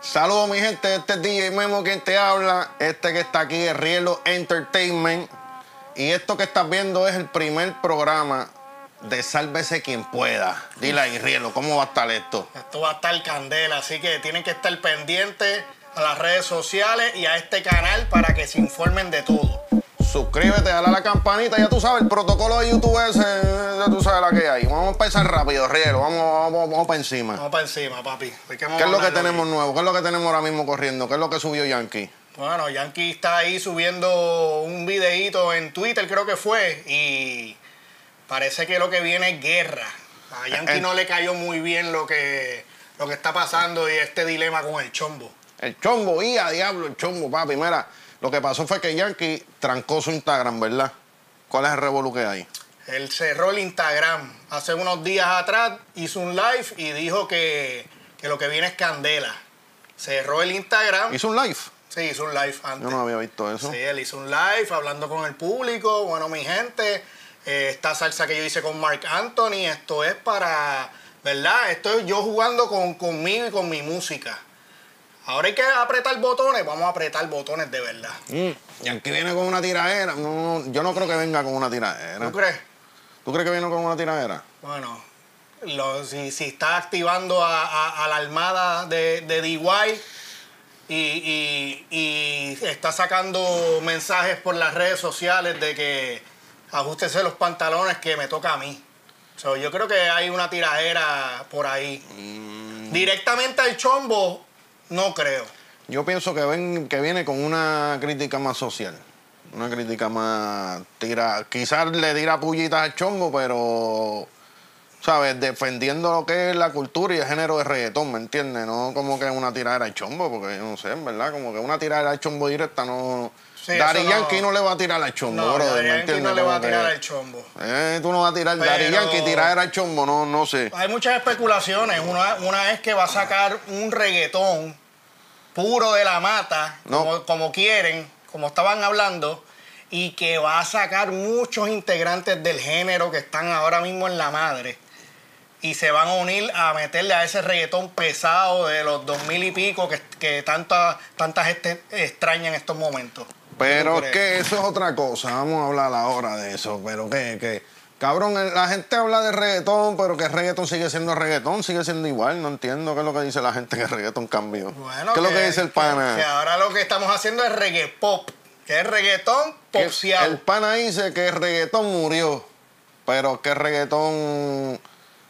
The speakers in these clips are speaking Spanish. Saludos mi gente, este es DJ Memo quien te habla, este que está aquí es Rielo Entertainment y esto que estás viendo es el primer programa de Sálvese quien pueda. Dile ahí Rielo, ¿cómo va a estar esto? Esto va a estar candela, así que tienen que estar pendientes a las redes sociales y a este canal para que se informen de todo. Suscríbete, dale a la campanita, ya tú sabes, el protocolo de YouTube ese, ya tú sabes la que hay. Vamos a empezar rápido, Rielo, vamos, vamos, vamos para encima. Vamos para encima, papi. ¿De vamos ¿Qué a es lo que hablar hoy? tenemos nuevo? ¿Qué es lo que tenemos ahora mismo corriendo? ¿Qué es lo que subió Yankee? Bueno, Yankee está ahí subiendo un videíto en Twitter, creo que fue, y parece que lo que viene es guerra. A Yankee Eh. no le cayó muy bien lo que, lo que está pasando y este dilema con el chombo. El chombo, y a diablo, el chombo, papi. Mira, lo que pasó fue que Yankee trancó su Instagram, ¿verdad? ¿Cuál es el revolú que hay? Él cerró el Instagram hace unos días atrás, hizo un live y dijo que, que lo que viene es candela. Cerró el Instagram. ¿Hizo un live? Sí, hizo un live Yo antes. no había visto eso. Sí, él hizo un live hablando con el público. Bueno, mi gente, eh, esta salsa que yo hice con Mark Anthony, esto es para, ¿verdad? Esto es yo jugando con, conmigo y con mi música. Ahora hay que apretar botones, vamos a apretar botones de verdad. Mm, Yankee viene con una tiradera. No, no, yo no creo que venga con una tiradera. ¿Tú crees? ¿Tú crees que viene con una tiradera? Bueno, lo- si, si está activando a, a- a la armada de, de DY y, y- y está sacando mensajes por las redes sociales de que ajustese los pantalones que me toca a mí. So, yo creo que hay una tiradera por ahí. Mm. Directamente al chombo, no creo. Yo pienso que, ven, que viene con una crítica más social. Una crítica más tira. Quizás le tira pullitas al chombo, pero. ¿Sabes? Defendiendo lo que es la cultura y el género de reggaetón, ¿me entiendes? No como que una tiradera al chombo, porque yo no sé, en verdad, como que una tiradera al chombo directa no. Sí, Dari eso no- Yankee no le va a tirar al chombo, No, brother, ¿me Daddy Yankee entiendes? no le va a Como tirar que, al chombo. eh, tú no vas a tirar Dari Pero- Yankee, tiradera al chombo, no, no sé. Hay muchas especulaciones. Una, una es que va a sacar un reggaetón puro de la mata, No. como, como quieren, como estaban hablando, y que va a sacar muchos integrantes del género que están ahora mismo en la madre. Y se van a unir a meterle a ese reggaetón pesado de los dos mil y pico que, que tanta, tanta gente extraña en estos momentos. Pero ¿Tú es crees? que eso es otra cosa, vamos a hablar ahora de eso, pero que, que, cabrón, el- la gente habla de reggaetón, pero que el reggaetón sigue siendo reggaetón, sigue siendo igual, no entiendo qué es lo que dice la gente que el reggaetón cambió. Bueno, ¿Qué es lo que dice el pana? Que ahora lo que estamos haciendo es reggae pop, que es reggaetón Que popseado. el pana dice que el reggaetón murió, pero que el reggaetón,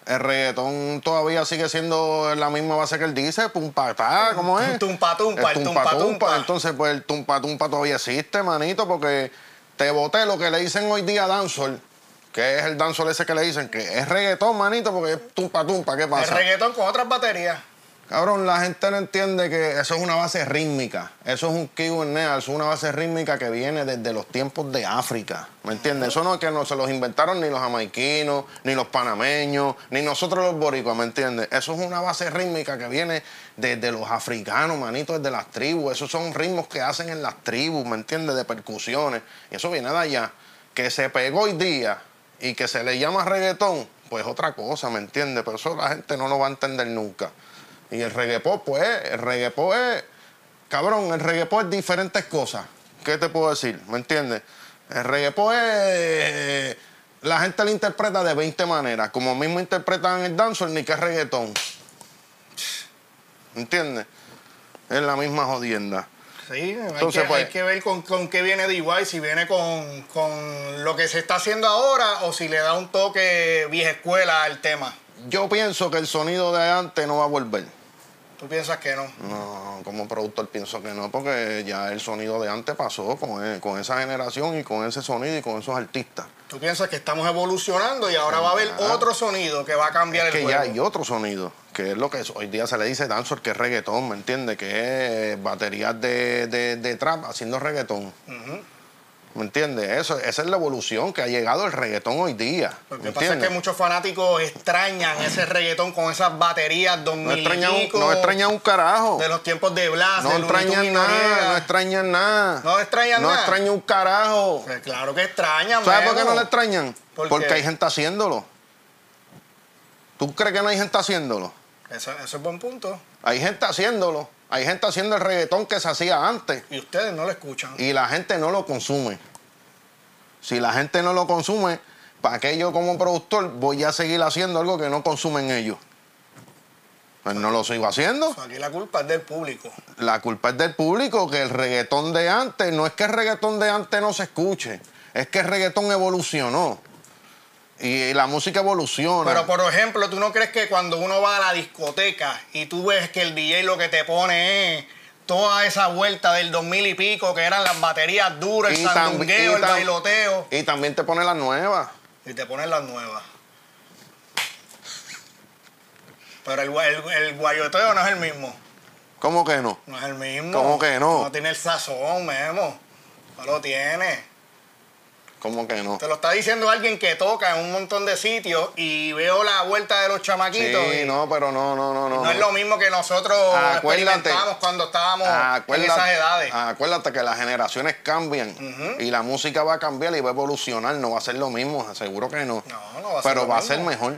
el reggaetón todavía sigue siendo la misma base que él dice, pum patá, ¿cómo es? Un tumpa tumpa, El el tumpa, tumpa tumpa. Entonces, pues el tumpa tumpa todavía existe, manito, porque te boté lo que le dicen hoy día dancehall, que es el dancehall ese que le dicen, que es reggaetón, manito, porque es tumpa tumpa, ¿qué el pasa? reggaetón con otras baterías. Cabrón, la gente no entiende que eso es una base rítmica. Eso es un Q&A, eso es una base rítmica que viene desde los tiempos de África. ¿Me entiendes? Eso no es que no se los inventaron ni los jamaiquinos, ni los panameños, ni nosotros los boricuas, ¿me entiendes? Eso es una base rítmica que viene desde los africanos, manito, desde las tribus. Esos son ritmos que hacen en las tribus, ¿me entiendes? De percusiones. Y eso viene de allá. Que se pegó hoy día y que se le llama reggaetón, pues otra cosa, ¿me entiendes? Pero eso la gente no lo va a entender nunca. Y el reggae pop, pues, el reggae pop es. Cabrón, el reggae pop es diferentes cosas. ¿Qué te puedo decir? ¿Me entiendes? El reggae pop es. La gente lo interpreta de 20 maneras. Como mismo interpretan el dancehall, ni que es reggaetón. ¿Me entiendes? Es la misma jodienda. Sí, Entonces, hay, que, pues- hay que ver con, con qué viene DIY, si viene con, con lo que se está haciendo ahora o si le da un toque vieja escuela al tema. Yo pienso que el sonido de antes no va a volver. ¿Tú piensas que no? No, como productor pienso que no, porque ya el sonido de antes pasó con, eh, con esa generación y con ese sonido y con esos artistas. ¿Tú piensas que estamos evolucionando y ahora va a haber otro sonido que va a cambiar Es el que ya juego? hay otro sonido, que es lo que es- hoy día se le dice dancehall, que es reggaetón, ¿me entiendes? Que es baterías de, de- de trap haciendo reggaetón. ¿Me entiendes? Eso, esa es la evolución que ha llegado el reggaetón hoy día. Lo que ¿me pasa es que entiendes? muchos fanáticos extrañan ese reggaetón con esas baterías dos no mil y extrañan, un- pico, no extrañan un carajo. de los tiempos de Blas, No de Looney extrañan Tunes nada, Noriega. no extrañan nada. No extrañan No nada. extrañan un carajo. Pues claro que extrañan, ¿Sabes por mano. qué no le extrañan? ¿Por qué? Porque hay gente haciéndolo. ¿Tú crees que no hay gente haciéndolo? Eso, eso es buen punto. Hay gente haciéndolo. Hay gente haciendo el reggaetón que se hacía antes Y ustedes no lo escuchan. y la gente no lo consume. Si la gente no lo consume, ¿para qué yo como productor voy a seguir haciendo algo que no consumen ellos? Pues no lo sigo haciendo. Aquí la culpa es del público. La culpa es del público, que el reggaetón de antes, no es que el reggaetón de antes no se escuche, es que el reggaetón evolucionó. Y la música evoluciona. Pero por ejemplo, ¿tú no crees que cuando uno va a la discoteca y tú ves que el DJ lo que te pone es toda esa vuelta del 2000 y pico, que eran las baterías duras, el tam- sandungueo, el tam- bailoteo, Y también te pone las nuevas. y te ponen las nuevas? Pero el, gua- el, el guayoteo no es el mismo. ¿Cómo que no? No es el mismo. ¿Cómo que no? No tiene el sazón, Memo. No lo tiene. ¿Cómo que no? Te lo está diciendo alguien que toca en un montón de sitios y veo la vuelta de los Sí, chamaquitos. y no, pero no, no, no, no. No es lo mismo que nosotros Acuérdate. Ah. experimentamos cuando estábamos en esas edades. acuérdate que las generaciones cambian y la música va a cambiar y va a evolucionar, no va a ser lo mismo, seguro que no. No, no va a ser Pero lo va mismo. a ser mejor.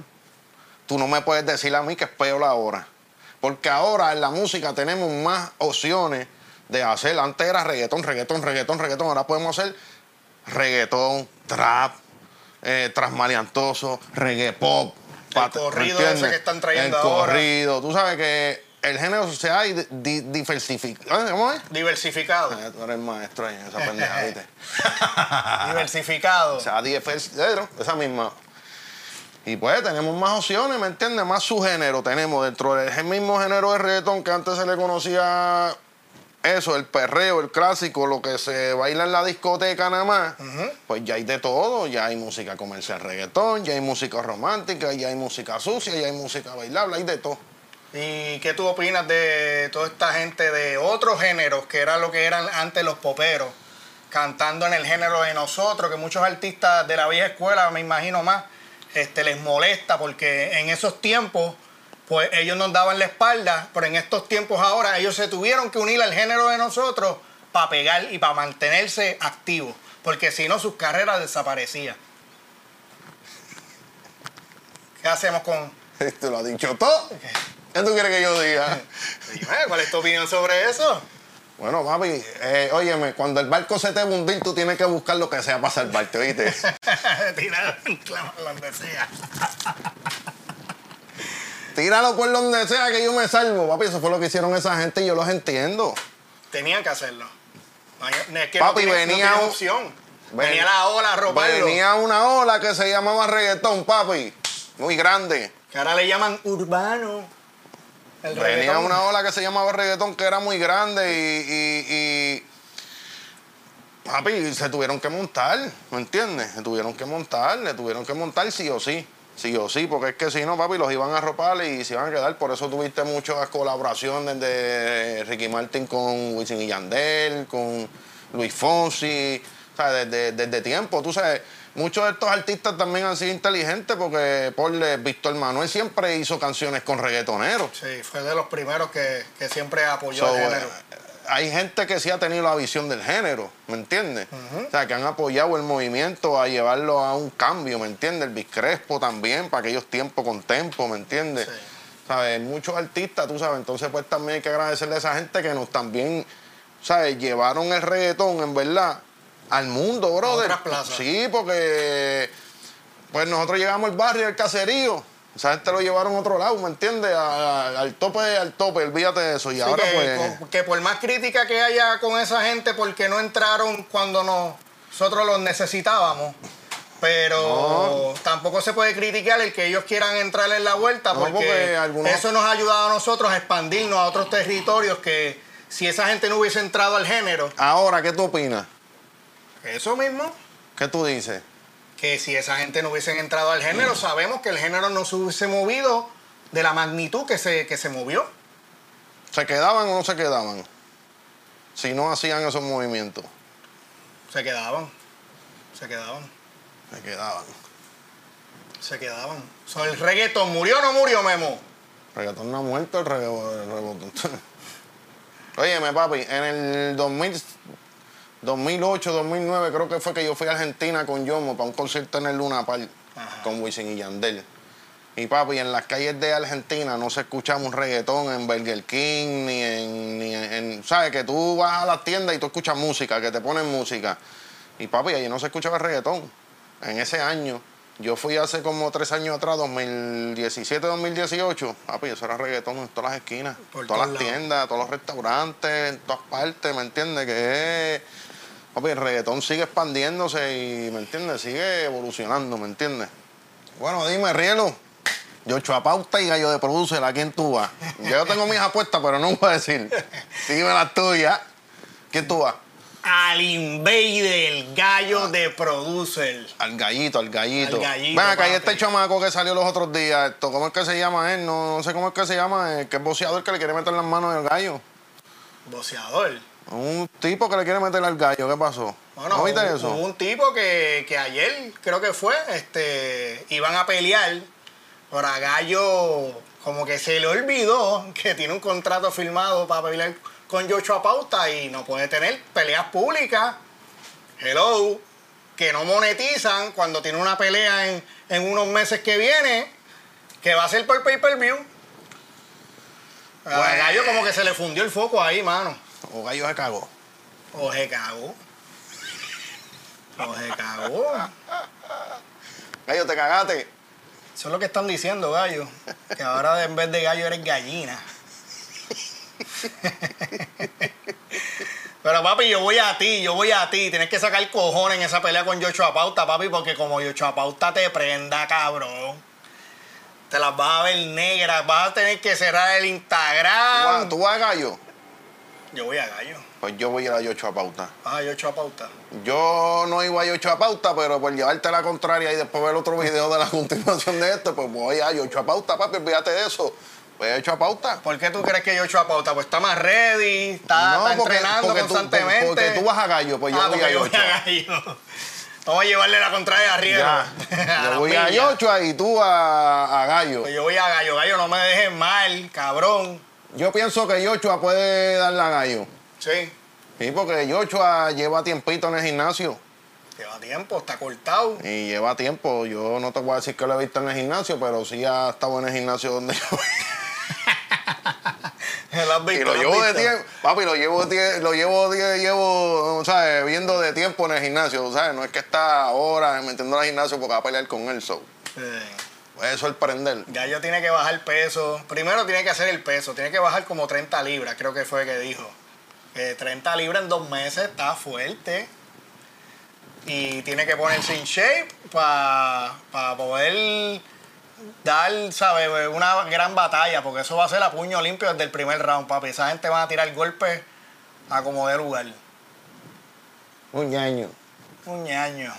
Tú no me puedes decir a mí que es peor ahora. Porque ahora en la música tenemos más opciones de hacer. Antes era reggaetón, reggaetón, reggaetón, reggaetón. Ahora podemos hacer reggaetón, trap, eh, transmaleantoso, reggae pop. pat- corrido ¿entiendes? ese que están trayendo El ahora. corrido. Tú sabes que el género se ha di- di- diversificado. ¿Cómo es? Diversificado. Eh, Tú eres maestro en esa pendeja, ¿viste? Ah. Diversificado. O sea, diversidad, esa misma. Y pues tenemos más opciones, ¿me entiendes? Más su género tenemos dentro del gen- mismo género de reggaetón que antes se le conocía eso, el perreo, el clásico, lo que se baila en la discoteca nada más. Pues ya hay de todo, ya hay música comercial reggaetón, ya hay música romántica, ya hay música sucia, ya hay música bailable, hay de todo. ¿Y qué tú opinas de toda esta gente de otros géneros, que era lo que eran antes los poperos, cantando en el género de nosotros, que muchos artistas de la vieja escuela, me imagino más, este, les molesta, porque en esos tiempos, pues ellos nos daban la espalda, pero en estos tiempos ahora ellos se tuvieron que unir al género de nosotros para pegar y para mantenerse activos, porque si no sus carreras desaparecían. ¿Qué hacemos con, Tú lo has dicho todo. ¿Qué tú quieres que yo diga? Eh, ¿Cuál es tu opinión sobre eso? Bueno, papi, eh, óyeme, cuando el barco se te hundir, tú tienes que buscar lo que sea para salvarte, ¿oíste? Tira clama donde sea. Tíralo por donde sea que yo me salvo, papi. Eso fue lo que hicieron esa gente y yo los entiendo. Tenían que hacerlo. No hay- Es que Papi, no tienen- no venía tienen un- opción. Ven- venía la ola a robarlo. Venía una ola que se llamaba reggaetón, papi. Muy grande. Que ahora le llaman urbano. El Venía reggaetón. una ola que se llamaba reggaetón que era muy grande y, y- y- Papi, se tuvieron que montar, ¿me entiendes? Se tuvieron que montar, le tuvieron que montar sí o sí. Sí o sí, porque es que si no, papi, los iban a ropar y se iban a quedar. Por eso tuviste muchas colaboraciones de Ricky Martin con Wisin y Yandel, con Luis Fonsi, o sea, desde, desde tiempo. Tú sabes, muchos de estos artistas también han sido inteligentes porque, por eh, Víctor Manuel siempre hizo canciones con reggaetoneros. Sí, fue de los primeros que, que siempre apoyó So, el género. eh, hay gente que sí ha tenido la visión del género, ¿me entiendes? O sea, que han apoyado el movimiento a llevarlo a un cambio, ¿me entiendes? El Biscrespo también, para aquellos tiempos con tempo, ¿me entiendes? Sí. ¿Sabes? Muchos artistas, tú sabes, entonces pues también hay que agradecerle a esa gente que nos también, ¿sabes? Llevaron el reggaetón, en verdad, al mundo, brother. otras plazas. Sí, porque pues nosotros llegamos al barrio, al caserío. Esa gente lo llevaron a otro lado, ¿me entiendes? A- a- Al tope, al tope, olvídate de eso. Y Sí, ahora que, pues... co- que por más crítica que haya con esa gente porque no entraron cuando no- nosotros los necesitábamos, pero tampoco se puede criticar el que ellos quieran entrar en la vuelta No, porque, porque algunos- eso nos ha ayudado a nosotros a expandirnos a otros territorios que si esa gente no hubiese entrado al género, Ahora, ¿qué tú opinas? eso mismo, ¿Qué tú dices? que si esa gente no hubiesen entrado al género, sabemos que el género no se hubiese movido de la magnitud que se, que se movió. ¿Se quedaban o no se quedaban? Si no hacían esos movimientos. Se quedaban, se quedaban. Se quedaban. Se quedaban. So, el reggaetón murió o no murió, Memo. Reggaetón no ha muerto, el reggaetón. Óyeme, papi, en el 2000, 2008, 2009 creo que fue que yo fui a Argentina con Yomo para un concierto en el Luna Park con Wisin y Yandel. Y papi, en las calles de Argentina no se escucha un reggaetón en Burger King, ni en, ni en- en- ¿Sabes? Que tú vas a la tienda y tú escuchas música, que te ponen música. Y papi, allí no se escuchaba reggaetón. En ese año. Yo fui hace como tres años atrás, 2017, 2018. Papi, eso era reggaetón en todas las esquinas, todas Por todos las lados. tiendas, todos los restaurantes, en todas partes, ¿me entiendes? Que es... Papi, el reggaetón sigue expandiéndose y, ¿me entiendes? Sigue evolucionando, ¿me entiendes? Bueno, dime, Rielo. Yo Pauta y Gallo de Producer, ¿a quién tú vas? Yo tengo mis apuestas, pero no voy a decir. Dime las tuyas. ¿Quién tú vas? Al Invader, el gallo de producer. Al gallito, al gallito. Al gallito, Ven acá, y papi. este chamaco que salió los otros días, esto, ¿cómo es que se llama él? No, no sé cómo es que se llama, el que es boceador que le quiere meter las manos al gallo. Boceador. Un tipo que le quiere meter al gallo, ¿qué pasó? Bueno, ¿No viste hubo, eso? hubo un tipo que, que ayer, creo que fue, este, iban a pelear. Ahora Gallo como que se le olvidó que tiene un contrato firmado para pelear con Joshua Pauta y no puede tener peleas públicas. Hello. Que no monetizan cuando tiene una pelea en, en unos meses que viene, que va a ser por pay-per-view. A Bueno. Gallo como que se le fundió el foco ahí, mano. O gallo se cagó. O se cagó. O se cagó. Gallo, te cagaste. Eso es lo que están diciendo, gallo. Que ahora en vez de gallo eres gallina. Pero papi, yo voy a ti, yo voy a ti. Tienes que sacar cojones en esa pelea con Yochoa Pauta, papi, porque como Yochoa Pauta te prenda, cabrón. Te las vas a ver negras, vas a tener que cerrar el Instagram. Guau, ¿Tú vas a gallo? Yo voy a gallo. Pues yo voy a ir a Yocho a pauta. Ah, Yochoa Pauta. Yo no iba a Yocho a pauta, pero por llevarte la contraria y después ver otro video de la continuación de este, pues voy a Yocho a pauta, papi, olvídate de eso. Voy a Yocho a pauta. ¿Por qué tú crees que Yochoa Pauta? Pues está más ready, está, está entrenando tú, constantemente. porque tú vas a gallo, pues yo ah, voy porque a yo voy Yocho. a gallo. Vamos a llevarle la contraria arriba. Ya. Yo Ah, voy a Yocho y tú a, a gallo. Yo voy a gallo, gallo, no me dejes mal, cabrón. Yo pienso que Yocho puede darle a gallo. Sí. Sí, porque Yochoa lleva tiempito en el gimnasio. Lleva tiempo, está cortado. Y lleva tiempo. Yo no te voy a decir que lo he visto en el gimnasio, pero sí ha estado en el gimnasio donde yo voy. Lo has Y visto, lo has llevo de visto. tiempo, papi, lo llevo, tie- lo llevo, tie- llevo, ¿sabes? Viendo de tiempo en el gimnasio, ¿sabes? No es que está ahora metiendo al gimnasio porque va a pelear con él, so. Sí. Puede sorprender. Gallo tiene que bajar peso. Primero tiene que hacer el peso. Tiene que bajar como 30 libras, creo que fue que dijo. Que 30 libras en dos meses está fuerte. Y tiene que ponerse en shape para poder dar, ¿sabes? Una gran batalla. Porque eso va a ser a puño limpio desde el primer round, papi. Esa gente van a tirar golpes a como de lugar. Un año. Un ñaño.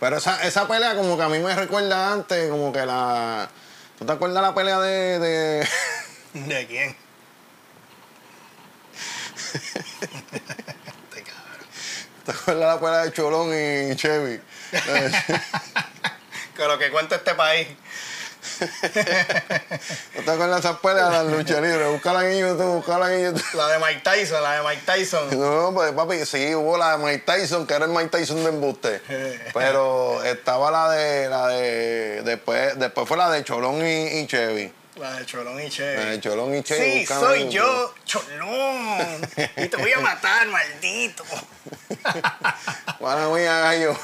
Pero esa, esa pelea como que a mí me recuerda antes, como que la... ¿Tú te acuerdas la pelea de... de... ¿De quién? Este cabrón. ¿Te acuerdas la pelea de Cholón y Chevy? Con lo que cuenta este país. ¿No te acuerdas de esas peleas de las luchas libres? Búscala en YouTube, búscala en YouTube. La de Mike Tyson, la de Mike Tyson. No, pues papi, sí, hubo la de Mike Tyson, que era el Mike Tyson de embuste. Pero estaba la de, la de, después, después fue la de Cholón y, y Chevy. La de Cholón y La de Che. Cholón y Chevy. Sí, búscala soy en yo, Cholón. Y te voy a matar, maldito. YouTube. Mala mía, gallo.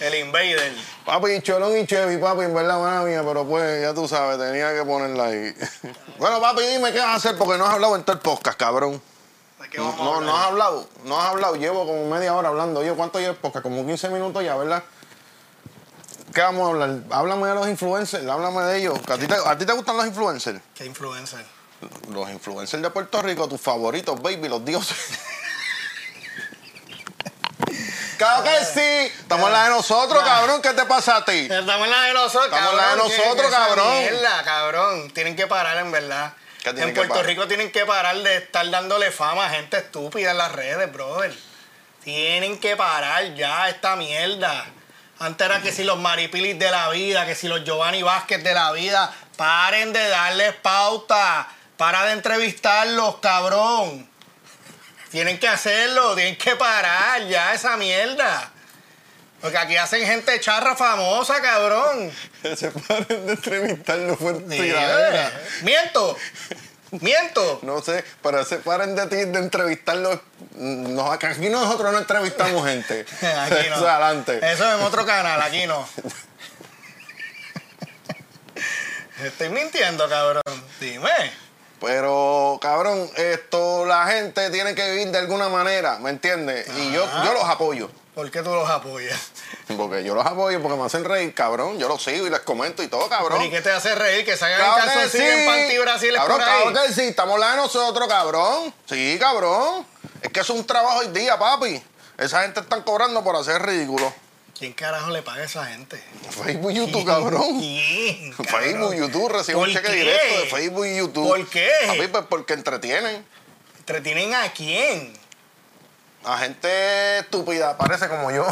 El Invader. Papi, Cholón y Chevy, papi, en verdad, mala mía, pero pues, ya tú sabes, tenía que ponerla ahí. bueno, papi, dime qué vas a hacer, porque no has hablado en todo el podcast, cabrón. ¿De qué vamos a No, no has hablar? hablado, no has hablado. Llevo como media hora hablando. Yo, ¿cuánto llevo? Porque como 15 minutos ya, ¿verdad? ¿Qué vamos a hablar? Háblame de los influencers, háblame de ellos. ¿A ti te, a ti te gustan los influencers? ¿Qué influencer? Los influencers de Puerto Rico, tus favoritos, baby, los dioses. ¡Claro que sí! Estamos en la de nosotros, cabrón. ¿Qué te pasa a ti? Estamos en la de nosotros, Estamos en la de cabrón, que- nosotros, que esa cabrón. Mierda, cabrón. Tienen que parar, en verdad. ¿Qué tienen En que Puerto parar? Rico tienen que parar de estar dándole fama a gente estúpida en las redes, brother. Tienen que parar ya esta mierda. Antes era que si los Maripilis de la vida, que si los Giovanni Vázquez de la vida, paren de darles pauta. Para de entrevistarlos, cabrón. Tienen que hacerlo, tienen que parar ya esa mierda. Porque aquí hacen gente charra famosa, cabrón. Se paren de entrevistarlo fue tiradera. Mira, Miento. Miento. No sé, pero se paren de ti de entrevistarlo. No, acá- aquí nosotros no entrevistamos gente. Aquí no. Eh. Eso adelante. Eso es en otro canal, aquí no. Estoy mintiendo, cabrón. Dime. Pero, cabrón, esto, la gente tiene que vivir de alguna manera, ¿me entiendes? Y yo, Ah. yo los apoyo. ¿Por qué tú los apoyas? Porque yo los apoyo, porque me hacen reír, cabrón. Yo los sigo y les comento y todo, cabrón. ¿Y qué te hace reír? Que salgan Claro que calzoncillos en panty brasiles Cabrón, por ahí. claro que sí. Estamos hablando de nosotros, cabrón. Sí, cabrón. Es que es un trabajo hoy día, papi. Esa gente están cobrando por hacer ridículo. ¿Quién carajo le paga a esa gente? Facebook y YouTube, cabrón. ¿Quién, cabrón? Facebook y YouTube reciben ¿Por un cheque qué? directo de Facebook y YouTube. ¿Por qué? Papi, pues porque entretienen. ¿Entretienen a quién? A gente estúpida, parece como yo.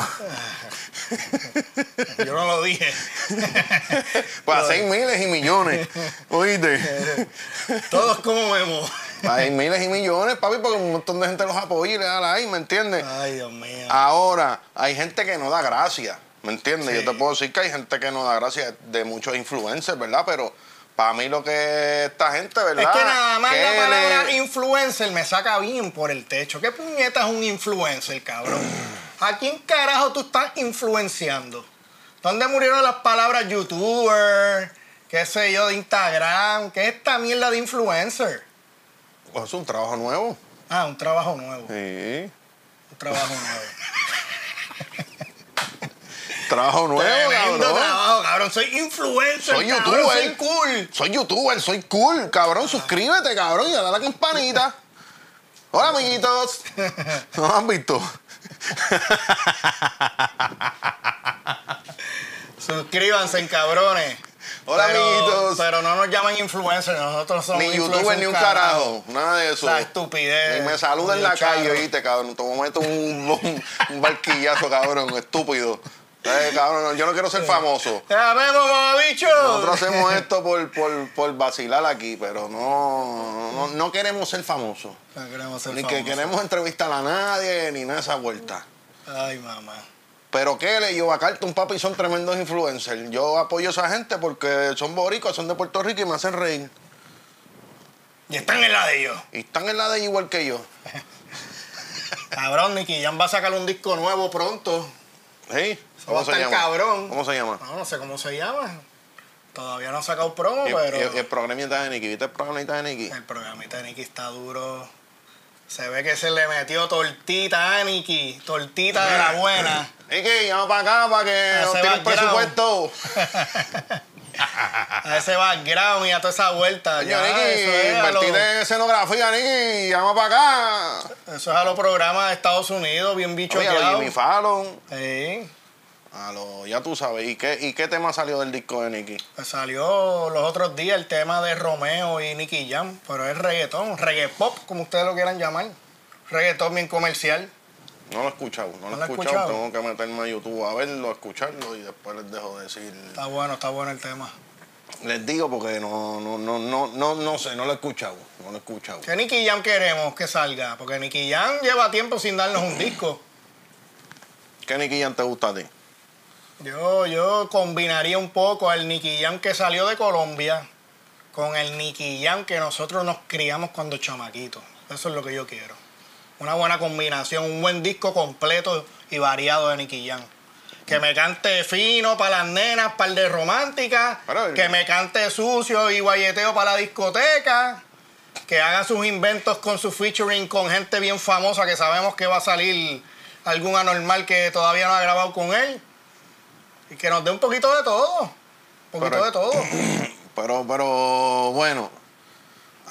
Yo no lo dije. Pues a seis miles y millones. Oíste. Todos como vemos. A seis miles y millones, papi, porque un montón de gente los apoya y le da like, ¿me entiendes? Ay, Dios mío. Ahora, hay gente que no da gracia, ¿me entiendes? Sí. Yo te puedo decir que hay gente que no da gracia de muchos influencers, ¿verdad? Pero para mí lo que esta gente, ¿verdad? Es que nada más la Que palabra le- influencer me saca bien por el techo. ¿Qué puñeta es un influencer, cabrón? ¿A quién carajo tú estás influenciando? ¿Dónde murieron las palabras youtuber? ¿Qué sé yo? De Instagram. ¿Qué es esta mierda de influencer? Pues es un trabajo nuevo. Ah, un trabajo nuevo. Sí. Un trabajo nuevo. Trabajo nuevo, Tremendo cabrón. trabajo, cabrón. Soy influencer, Soy cabrón. youtuber. Soy cool. Soy youtuber, soy cool, cabrón. Suscríbete, cabrón, y dale a la campanita. Hola, amiguitos. ¿No lo han visto? Suscríbanse, cabrones. Hola, Pero- amiguitos. Pero no nos llaman influencer. Nosotros somos Ni youtuber influencers, ni un cabrón. carajo. Nada de eso. La estupidez. Y me saluda en Eh, Coño, la calle, charro. oíste, cabrón. Te voy a meter un, un, un barquillazo, cabrón, estúpido. Eh, cabrón, yo no quiero ser famoso. ¡Ya vemos, mamabicho! Nosotros hacemos esto por, por, por vacilar aquí, pero no, no, no queremos ser famosos. No Ah, queremos ser Ni que famosos. queremos entrevistar a nadie, ni nada de esa vuelta. Ay, mamá. Pero Kele y un Papi son tremendos influencers. Yo apoyo a esa gente porque son boricos, son de Puerto Rico y me hacen reír. Y están en la de ellos. Y están en la de igual que yo. Cabrón, Nicky Jam va a sacar un disco nuevo pronto. ¿Sí? va a estar cabrón. ¿Cómo se llama? No, no sé cómo se llama. Todavía no ha sacado promo, Y- pero y- y el programita de Nicky, ¿viste el programita de Nicky? el programita de Nicky está duro. Se ve que se le metió tortita a Nicky. Tortita de la buena. Nicky, llama para acá para que Ah, nos se tire va un al grado. presupuesto. A ese background y a toda esa vuelta. Coño, Ya, Nicky, eso, es a lo, invertir en escenografía, Nicky, llama para acá. eso es a los programas de Estados Unidos, bien Oye, a los bichoteado. Jimmy Fallon, Sí. a los, ya tú sabes. ¿Y qué, ¿Y qué tema salió del disco de Nicky? Pues salió los otros días el tema de Romeo y Nicky Jam, pero es reggaetón, reggae pop, como ustedes lo quieran llamar. Reggaetón bien comercial. No lo he escuchado, no, lo ¿No lo he has escuchado. escuchado? Tengo que meterme a YouTube a verlo, a escucharlo y después les dejo decir. Está bueno, está bueno el tema. Les digo porque no, no, no, no, no, no sé, no lo he escuchado, no lo he escuchado. ¿Qué Nicky Jam queremos que salga? Porque Nicky Jam lleva tiempo sin darnos un disco. ¿Qué Nicky Jam te gusta a ti? Yo, yo combinaría un poco al Nicky Jam que salió de Colombia con el Nicky Jam que nosotros nos criamos cuando chamaquitos. Eso es lo que yo quiero. Una buena combinación, un buen disco completo y variado de Nicky Jam. Que me cante fino para las nenas, para el de romántica. Pero el- Que me cante sucio y guayeteo para la discoteca. Que haga sus inventos con su featuring con gente bien famosa que sabemos que va a salir algún anormal que todavía no ha grabado con él. Y que nos dé un poquito de todo. Un poquito Pero- de todo. Pero, pero, bueno.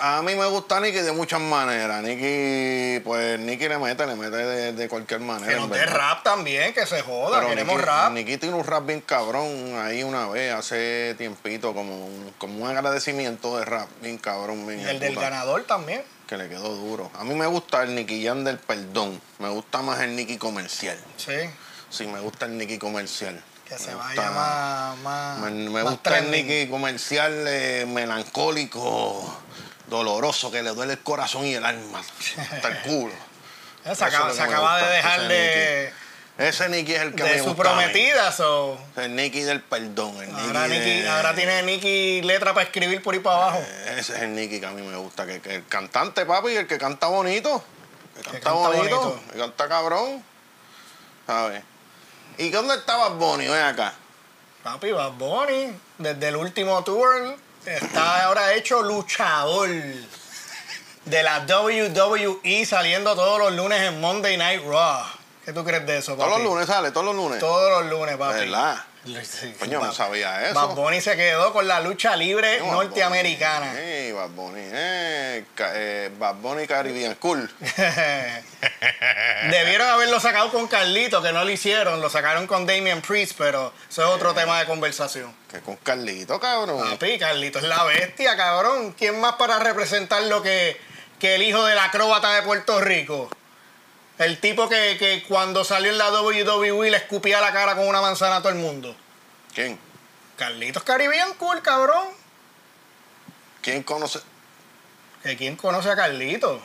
A mí me gusta Nicky de muchas maneras. Nicky, pues Nicky le mete, le mete de, de cualquier manera. Que en nos dé verdad. rap también, que se joda. Pero Queremos Nicky- rap. Nicky tiene un rap bien cabrón ahí una vez, hace tiempito, como un, como un agradecimiento de rap bien cabrón. bien y el del puta, ganador también. Que le quedó duro. A mí me gusta el Nicky Jam del perdón. Me gusta más el Nicky comercial. Sí. Sí, me gusta el Nicky comercial. Que Me se gusta- vaya más. más Me, me más gusta el trending. Nicky comercial eh, melancólico, doloroso, que le duele el corazón y el alma. Hasta el culo. Eh, Se Eso acaba, es lo que se me acaba gusta, de dejar ese de, Ese Nicky es el que me de gusta. su a mí. prometida. So. El Nicky del perdón. El Nicky Ahora, de- Nicki- ahora tiene Nicky letra para escribir por ahí para abajo. Ese es el Nicky que a mí me gusta. Que, que el cantante, papi, el que canta bonito. El que canta, canta bonito, bonito. El que canta cabrón. ¿Sabes? ¿Y dónde estaba Bonnie? Ven acá. Papi, Bad Bunny, desde el último tour, está ahora hecho luchador de la WWE saliendo todos los lunes en Monday Night Raw. ¿Qué tú crees de eso, papi? Todos los lunes sale, todos los lunes. Todos los lunes, papi. ¿Verdad? Sí, Coño, no Bad- sabía eso. Bad Bunny se quedó con la lucha libre Coño, Bad Bunny. norteamericana. Sí, Bad Bunny. Eh, ca- eh, Bad Bunny Caribbean Cool. Debieron haberlo sacado con Carlito, que no lo hicieron. Lo sacaron con Damian Priest, pero eso es Eh. otro tema de conversación. Que con Carlito, cabrón. Papi, Carlito es la bestia, cabrón. ¿Quién más para representar lo que, que el hijo del acróbata de Puerto Rico? El tipo que, que cuando salió en la WWE le escupía la cara con una manzana a todo el mundo. ¿Quién? Carlitos Caribbean Cool, cabrón. ¿Quién conoce? ¿Que quién conoce a Carlito?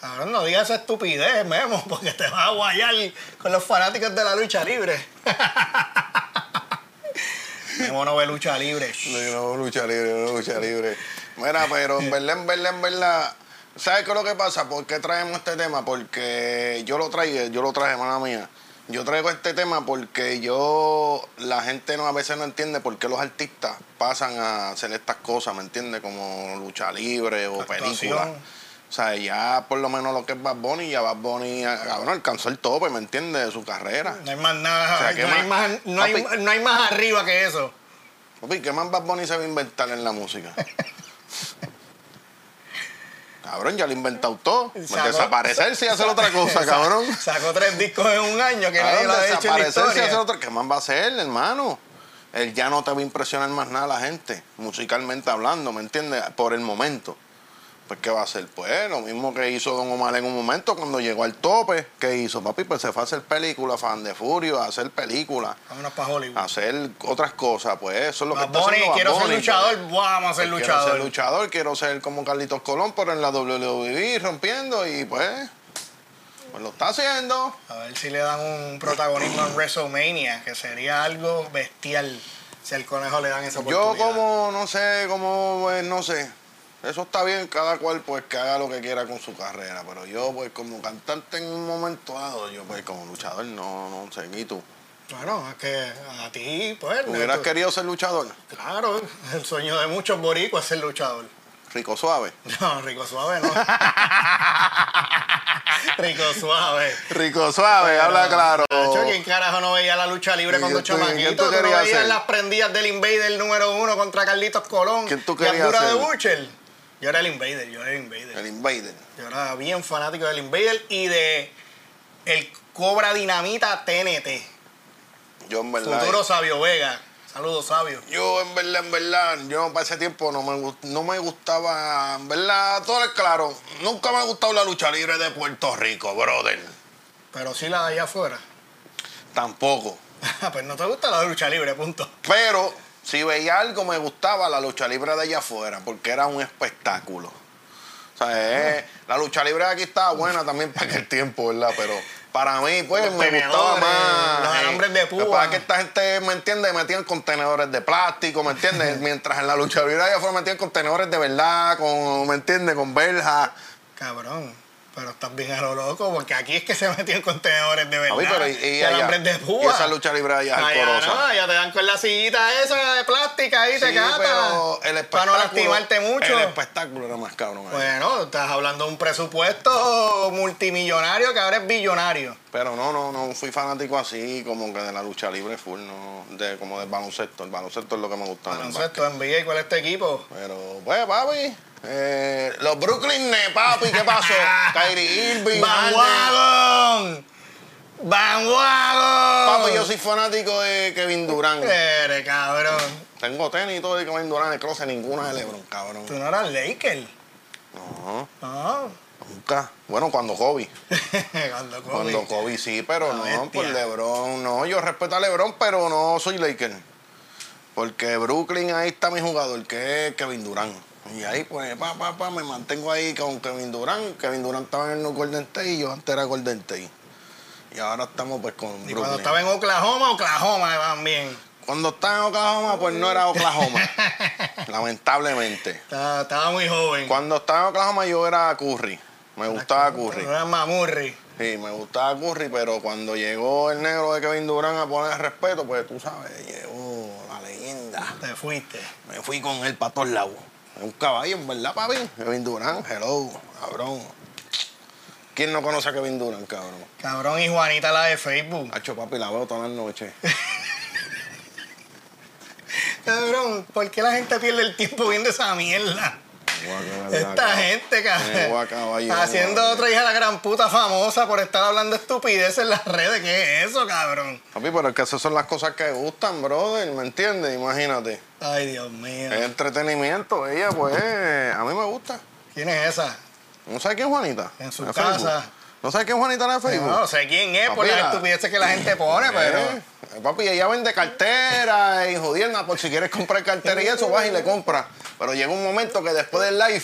Cabrón, no digas esa estupidez, Memo, porque te vas a guayar con los fanáticos de la lucha libre. Memo no ve lucha libre. No, yo no veo lucha libre, yo no veo lucha libre. Mira, pero en verdad, en verdad, en verdad. ¿Sabes qué es lo que pasa? ¿Por qué traemos este tema? Porque yo lo traje, yo lo traje, mala mía. Yo traigo este tema porque yo, la gente no a veces no entiende por qué los artistas pasan a hacer estas cosas, ¿me entiendes? Como lucha libre o Actuación. películas. O sea, ya por lo menos lo que es Bad Bunny, ya Bad Bunny ah, cabrón, alcanzó el tope, ¿me entiendes? De su carrera. No hay más nada, O sea, ¿qué no, hay más? más, no, hay, Papi. no hay más arriba que eso. Papi, ¿qué más Bad Bunny se va a inventar en la música? cabrón, ya lo he inventado todo. Sacó- Desaparecerse y hacer otra cosa, Sa- cabrón. Sacó tres discos en un año que Cabrón, nadie lo ha hecho en la desaparecerse y hacer historia. otra ¿Qué más va a hacer, hermano? Él ya no te va a impresionar más nada la gente, musicalmente hablando, ¿me entiendes? Por el momento. Pues, ¿qué va a hacer? Pues, lo mismo que hizo Don Omar en un momento cuando llegó al tope. ¿Qué hizo, papi? Pues se fue a hacer películas, fan de Furio, a hacer películas, Vámonos para Hollywood. a hacer otras cosas. Pues, eso es Ah, lo que Bad está Bunny, haciendo Bad quiero ser Bunny. luchador, vamos a ser Quiero ser luchador. luchador, quiero ser como Carlitos Colón, pero en la WWE rompiendo y pues, pues lo está haciendo. A ver si le dan un protagonismo en WrestleMania, que sería algo bestial si al conejo le dan esa Yo oportunidad. como, no sé, como, pues, no sé. Eso está bien, cada cual pues que haga lo que quiera con su carrera, pero yo pues como cantante en un momento dado, yo pues como luchador no, no sé, ni tú. Bueno, es que a ti, pues... ¿Tú hubieras tú- querido ser luchador? Claro, el sueño de muchos boricuas es ser luchador. Rico suave. No, rico suave no. rico suave. Rico suave, habla claro. Nacho, ¿quién carajo no veía la lucha libre ¿Y cuando quién tú- chamaquito? quién ¿Tú tú no querías veías ser? las prendidas del Invader número uno contra Carlitos Colón? ¿Quién tú y querías Abdullah de ser? Butcher? Yo era el Invader, yo era el Invader. El Invader. Yo era bien fanático del Invader y de el Cobra Dinamita TNT. Yo en verdad. Futuro Sabio Vega. Saludos, Sabio. Yo, en verdad, en verdad, yo para ese tiempo no me, gust- no me gustaba, en verdad, todo es claro. Nunca me ha gustado la lucha libre de Puerto Rico, brother. Pero sí la de allá afuera. Tampoco. pues no te gusta la lucha libre, punto. Pero si veía algo, me gustaba la lucha libre de allá afuera, porque era un espectáculo. O sea, eh, la lucha libre de aquí estaba buena también para aquel tiempo, ¿verdad? Pero para mí, pues, Los me gustaba tenedores, más. los eh. alambres de púa. Lo que pasa es que esta gente, ¿me entiendes? Metían contenedores de plástico, ¿me entiendes? Mientras en la lucha libre de allá afuera metían contenedores de verdad, con, ¿me entiendes? Con verjas. Cabrón, pero estás bien a lo loco, porque aquí es que se meten contenedores de verdad. Papi, pero y, y y allá. alambres de Y púa. esa lucha libre de allá es Allá alcorosa. no, allá te dan con la sillita esa de plástica ahí, te Sí, cata. pero el para no espectáculo. lastimarte mucho. El espectáculo era más cabrón. ahí. Bueno, estás hablando de un presupuesto multimillonario que ahora es billonario. Pero no, no, no fui fanático así, como que de la lucha libre full, no, de, como del baloncesto. El baloncesto es lo que me gustaba. Baloncesto, NBA, ¿cuál es este equipo? Pero, pues, papi, eh, los Brooklyn Nets, papi, ¿qué pasó? Kyrie Irving, Harden. ¡Bandwagon! ¡Bandwagon! Papi, yo soy fanático de Kevin Durant. Eres, cabrón. Tengo tenis y todo de Kevin Durant, el closet, ninguna de LeBron, cabrón. Tú no eras Laker. No, No. nunca. Bueno, cuando Kobe. Cuando Kobe. Cuando Kobe sí, pero La no, bestia. por LeBron, no. Yo respeto a LeBron, pero no soy Laker. Porque Brooklyn, ahí está mi jugador, que es Kevin Durant. Y ahí, pues, pa, pa, pa, me mantengo ahí con Kevin Durant. Kevin Durant estaba en los Golden State y yo antes era Golden State. Y ahora estamos pues con Y Brooklyn. cuando estaba en Oklahoma, Oklahoma también. Cuando estaba en Oklahoma, pues no era Oklahoma. lamentablemente. Estaba, estaba muy joven. Cuando estaba en Oklahoma yo era Curry. Me gustaba Curry. Era mamurri. Sí, me gustaba Curry, pero cuando llegó el negro de Kevin Durant a poner respeto, pues tú sabes, llegó la leyenda. Te fuiste. Me fui con él para todos lados. Es un caballo, en verdad, papi. Kevin Durant, hello, cabrón. ¿Quién no conoce a Kevin Durant, cabrón? Cabrón y Juanita la de Facebook. Hacho, papi, la veo todas las noches. Cabrón, ¿por qué la gente pierde el tiempo viendo esa mierda? Guau, qué verdad, Esta cabrón. gente, Me voy a cabrón. caballo, Haciendo cabrón. otra hija de la gran puta famosa por estar hablando estupideces en las redes. ¿Qué es eso, cabrón? Papi, pero es que esas son las cosas que gustan, brother, ¿me entiendes? Imagínate. Ay, Dios mío. Es entretenimiento, ella, pues, a mí me gusta. ¿Quién es esa? ¿No sabes quién es Juanita? En su Facebook. casa. ¿No sabes quién es Juanita en el Facebook? No, sé quién es por pues. Papi, las la- estupideces que la gente pone, pero. Eh, Papi, ella vende cartera y jodierna, por si quieres comprar cartera y eso, vas y le compras. Pero llega un momento que después del live,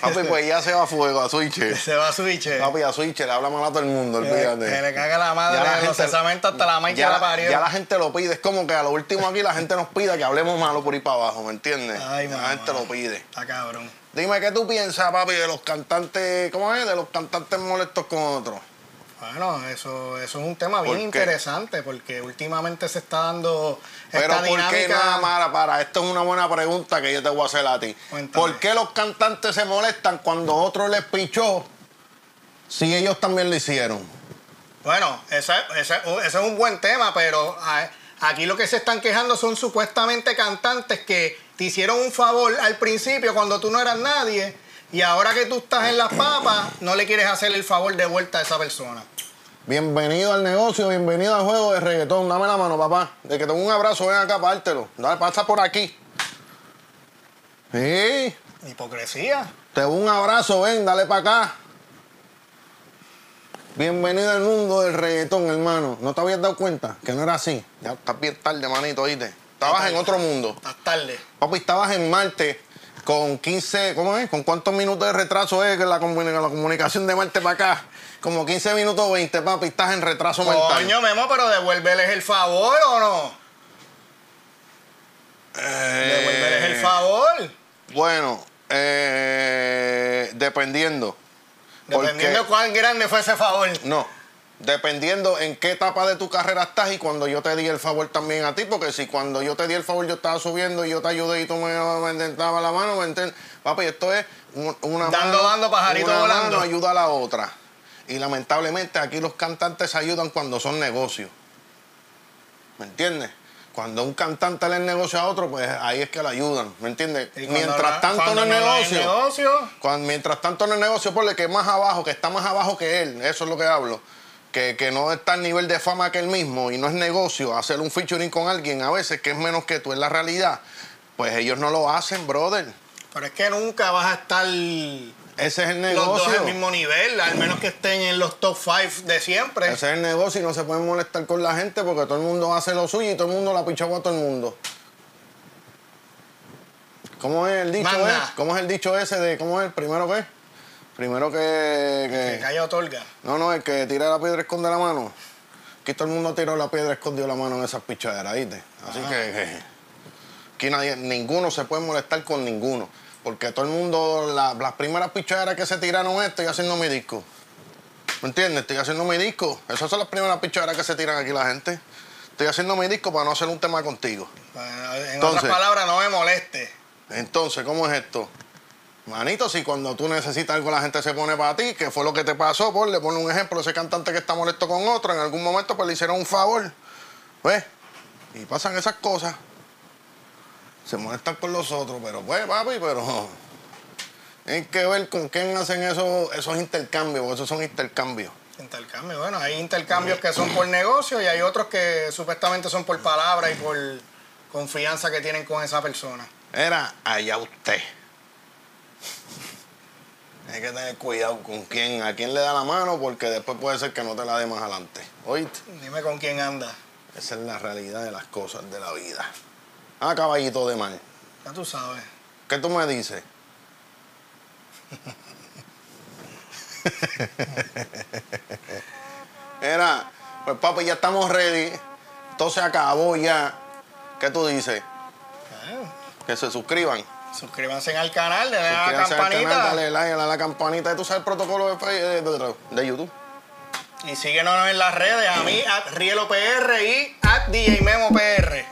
papi, pues ya se va a fuego, a switch. Se va a switch. eh. Papi, a switch, le habla mal a todo el mundo, Que que olvídate. Eh, le caga la madre Ya la de los gente- cesamentos hasta la madre que Ya la la, ya la parió. gente lo pide, es como que a lo último aquí la gente nos pida que hablemos malo por ir para abajo, ¿me entiendes? Ay, la mamá. gente lo pide. Está cabrón. Dime qué tú piensas, papi, de los cantantes, ¿cómo es? De los cantantes molestos con otros. Bueno, eso, eso es un tema ¿Por bien qué? interesante porque últimamente se está dando Pero esta ¿por qué dinámica. nada mala para? Esto es una buena pregunta que yo te voy a hacer a ti. Cuéntame. ¿Por qué los cantantes se molestan cuando otro les pichó si ellos también lo hicieron? Bueno, ese, ese- ese es un buen tema, pero a- aquí lo que se están quejando son supuestamente cantantes que te hicieron un favor al principio cuando tú no eras nadie y ahora que tú estás en las papas no le quieres hacer el favor de vuelta a esa persona. Bienvenido al negocio, bienvenido al juego de reggaetón. Dame la mano, papá. De que tengo un abrazo, ven acá, pártelo. Dale, pasa por aquí. Sí, Hipocresía. te doy un abrazo, ven, dale para acá. Bienvenido al mundo del reggaetón, hermano. ¿No te habías dado cuenta que no era así? Ya estás bien tarde, manito, oíste. Estabas en otro mundo. Más tarde. Papi, estabas en Marte con 15, ¿cómo es? ¿Con cuántos minutos de retraso es que la, comuni- la comunicación de Marte para acá? Como 15 minutos 20, papi, estás en retraso mental. Coño, Memo, pero devuélveles el favor o no. Eh, Devuélveles Eh, el favor. Bueno, eh, dependiendo. Porque- Dependiendo de cuán grande fue ese favor. Pues, No. Dependiendo en qué etapa de tu carrera estás y cuando yo te di el favor también a ti, porque si cuando yo te di el favor yo estaba subiendo y yo te ayudé y tú me, me tentabas la mano, ¿me entiendes? Papi, esto es un- una Dando, mano- dando, pajarito una volando. mano ayuda a la otra. Y lamentablemente aquí los cantantes se ayudan cuando son negocios. ¿Me entiendes? Cuando un cantante le negocia a otro, pues ahí es que le ayudan, ¿me entiendes? Y cuando Mientras no- tanto no cuando es hay negocio. negocio, Cuando- mientras tanto en el negocio, ponle que más abajo, que está más abajo que él, eso es lo que hablo. Que, que no está al nivel de fama que él mismo y no es negocio hacer un featuring con alguien a veces que es menos que tú en la realidad, pues ellos no lo hacen, brother. Pero es que nunca vas a estar los Ese es el dos negocio. al mismo nivel, al menos que estén en los top 5 de siempre. Ese es el negocio y no se pueden molestar con la gente porque todo el mundo hace lo suyo y todo el mundo la pichagua a todo el mundo. ¿Cómo es el dicho Más ese? nada. ¿Cómo es el dicho ese de cómo es el primero que? Primero que- Que calla otorga. No, no, el que tira la piedra esconde la mano. Aquí todo el mundo tiró la piedra, escondió la mano en esas pichaderas, ¿viste? Así que, que aquí nadie, ninguno se puede molestar con ninguno. Porque todo el mundo, la- las primeras pichaderas que se tiraron, eh, estoy haciendo mi disco. ¿Me entiendes? Estoy haciendo mi disco. Esas son las primeras pichaderas que se tiran aquí la gente. Estoy haciendo mi disco para no hacer un tema contigo. Bueno, En Entonces. otras palabras, no me moleste. Entonces, ¿cómo es esto? Manito, si cuando tú necesitas algo la gente se pone para ti, que fue lo que te pasó, por le pone un ejemplo, ese cantante que está molesto con otro, en algún momento pues le hicieron un favor. ¿Ves? Y pasan esas cosas. Se molestan con los otros, pero pues, papi, pero. Hay que ver con quién hacen esos, esos intercambios, porque esos son intercambios. Intercambio. Bueno, hay intercambios que son por negocio y hay otros que supuestamente son por palabra y por confianza que tienen con esa persona. Era allá usted. Hay que tener cuidado con quién, a quién le da la mano, porque después puede ser que no te la dé más adelante. ¿Oíste? Dime con quién anda. Esa es la realidad de las cosas de la vida. Ah, caballito de mar, Ya tú sabes. ¿qué tú me dices? Era, Pues papi, ya estamos ready. Todo se acabó ya. ¿Qué tú dices? Que se suscriban. Suscríbanse al canal, denle a la Suscríbanse al canal, campanita. dale like, dale a la campanita. Y tú sabes el protocolo de, Fe- de- de YouTube. y síguenos en las redes. A mí, at Rielo PR y at DJ Memo PR. Ah. pues